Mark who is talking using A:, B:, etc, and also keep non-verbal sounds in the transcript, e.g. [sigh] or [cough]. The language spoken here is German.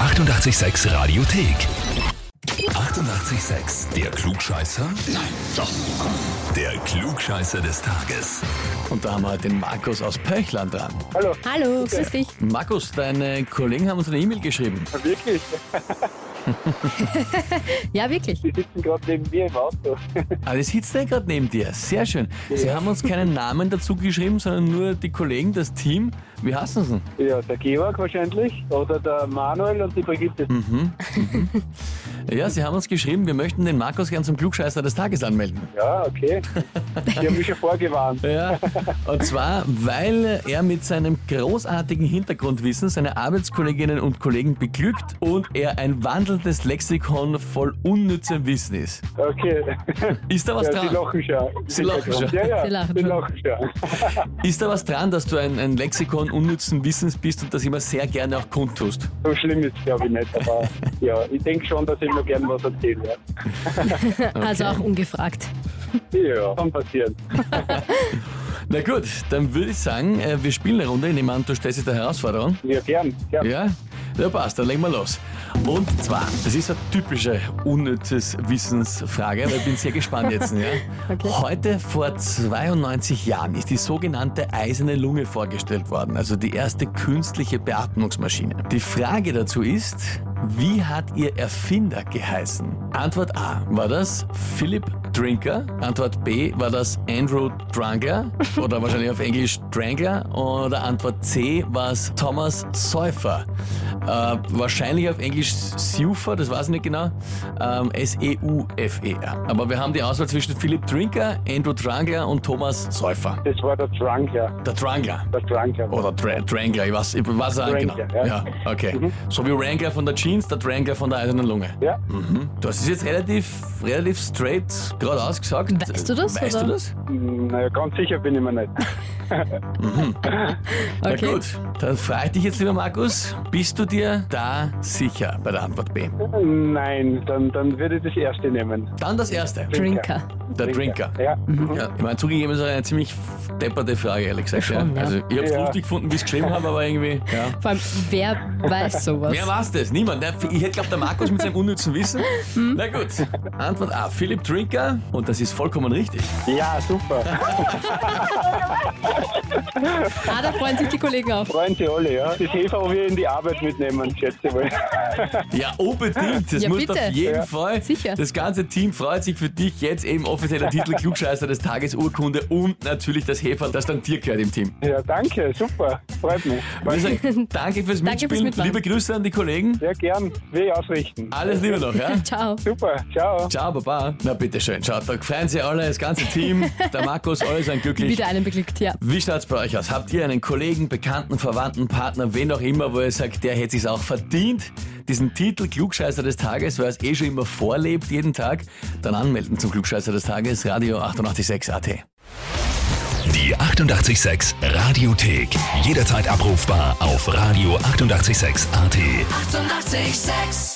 A: 886 Radiothek. 88,6. Der Klugscheißer? Nein, doch. Der Klugscheißer des Tages.
B: Und da haben wir halt den Markus aus Pöchland dran.
C: Hallo,
D: Hallo, grüß dich.
B: Markus, deine Kollegen haben uns eine E-Mail geschrieben.
C: wirklich?
D: Ja, wirklich.
C: Die sitzen gerade neben mir im Auto.
B: Ah, das sitzt ja gerade neben dir. Sehr schön. Sie haben uns keinen Namen dazu geschrieben, sondern nur die Kollegen, das Team. Wie heißen sie?
C: [laughs] Ja, der Georg wahrscheinlich oder der Manuel und die Brigitte.
B: Hm. Ja, sie haben uns geschrieben, wir möchten den Markus gern zum Klugscheißer des Tages anmelden.
C: Ja,
B: [laughs]
C: okay. Die haben mich schon vorgewarnt.
B: Ja, und zwar, weil er mit seinem großartigen Hintergrundwissen seine Arbeitskolleginnen und Kollegen beglückt und er ein wandelndes Lexikon voll unnützem Wissen ist.
C: Okay.
B: Ist da was
C: ja, die
B: dran?
C: lachen schon.
B: Sie lachen schon.
C: Ja, ja,
D: Sie lachen
C: die
D: schon.
C: lachen schon. [laughs]
B: Ist da was dran, dass du ein, ein Lexikon unnützen Wissens bist und das immer sehr gerne auch kundtust?
C: So schlimm ist es, glaube ich, nicht. Aber ja, ich denke schon, dass ich noch gern was erzähle.
D: Also auch ungefragt.
C: Ja, ja kann passieren.
B: Na gut, dann würde ich sagen, äh, wir spielen eine Runde. Ich nehme an, du stellst dich der Herausforderung.
C: Ja, gern. Ja.
B: Ja? Ja, passt, dann legen wir los. Und zwar, das ist eine typische unnützes Wissensfrage, weil ich bin sehr gespannt jetzt. Ja?
D: Okay.
B: Heute vor 92 Jahren ist die sogenannte eiserne Lunge vorgestellt worden, also die erste künstliche Beatmungsmaschine. Die Frage dazu ist, wie hat ihr Erfinder geheißen? Antwort A war das Philip Drinker, Antwort B war das Andrew Drangler oder wahrscheinlich auf Englisch Drangler oder Antwort C war es Thomas Seufer. Äh, wahrscheinlich auf Englisch Seufer, das weiß ich nicht genau. Ähm, S-E-U-F-E-R. E Aber wir haben die Auswahl zwischen Philipp Drinker, Andrew Drangler und Thomas Seufer.
C: Das war der Drunkler.
B: Der Drangler.
C: Der Drunkler.
B: Oder Dra Drangler, ich weiß, ich weiß auch nicht
C: Drangler,
B: genau.
C: ja. Mhm.
B: okay. So wie Wrangler von der Jeans, der Drangler von der eisernen Lunge.
C: Ja,
B: Mhm. Das ist jetzt relativ, relativ straight geradeaus gesagt.
D: Weißt du das,
B: Weißt
D: oder?
B: du das?
C: naja, ganz sicher bin ich mir nicht.
B: Na
D: Okay.
B: gut, dann frage ich dich jetzt, lieber Markus, bist du dir da sicher bei der Antwort B?
C: Nein, dann, dann würde ich das erste nehmen.
B: Dann das Erste,
D: Drinker.
B: der Mhm. Drinker.
C: Ja.
B: Ja, ich meine, zugegeben ist eine ziemlich depperte Frage, ehrlich gesagt. Ja,
D: Schon, ja.
B: Also, ich habe es
C: Ja.
B: lustig gefunden, wie ich es geschrieben habe, aber irgendwie. Ja.
D: Vor allem, wer weiß sowas?
B: Wer war's das? Niemand. Der- Ich hätte glaubt, der Markus mit seinem unnützen Wissen.
D: Hm?
B: Na gut. Antwort A, Philipp Drinker. Und das ist vollkommen richtig.
C: ja, super.
D: Ah, da freuen sich die Kollegen auf.
C: Freuen Sie alle, ja. Das Hefe wir in die Arbeit mitnehmen, schätze wohl.
B: Ja, unbedingt. Das
D: Ah, Ja,
B: muss
D: bitte.
B: auf jeden
C: Ja.
B: Fall.
D: Sicher.
B: Das ganze Team freut sich für dich. Jetzt eben offizieller Titel Klugscheißer des Tages, Urkunde und natürlich das Heferl, das dann dir gehört im Team.
C: [laughs] Ja, danke, super. Freut mich.
B: Wir sagen, danke fürs
D: [laughs] Danke fürs
B: Mitspielen.
D: Mitmachen.
B: Liebe Grüße an die Kollegen.
C: Ja, gern. Will ich ausrichten.
B: Alles Liebe noch,
D: [laughs]
B: ja?
D: Ciao.
C: Super, ciao.
B: Ciao, Baba. Na, bitteschön. Schaut, da freuen sich alle, das ganze Team. Der Markus, alle sind glücklich.
D: Wieder einen beglückt, ja.
B: Wie schaut's bei euch aus? Habt ihr einen Kollegen, Bekannten, Verwandten, Partner, wen auch immer, wo ihr sagt, der hätte sich's auch verdient, diesen Titel Klugscheißer des Tages, weil er es eh schon immer vorlebt, jeden Tag? Dann anmelden zum Klugscheißer des Tages, Radio 886 AT.
A: Die 88,6 Radiothek. Jederzeit abrufbar auf radio886.at. 88,6.
E: Eighty-eight, sex.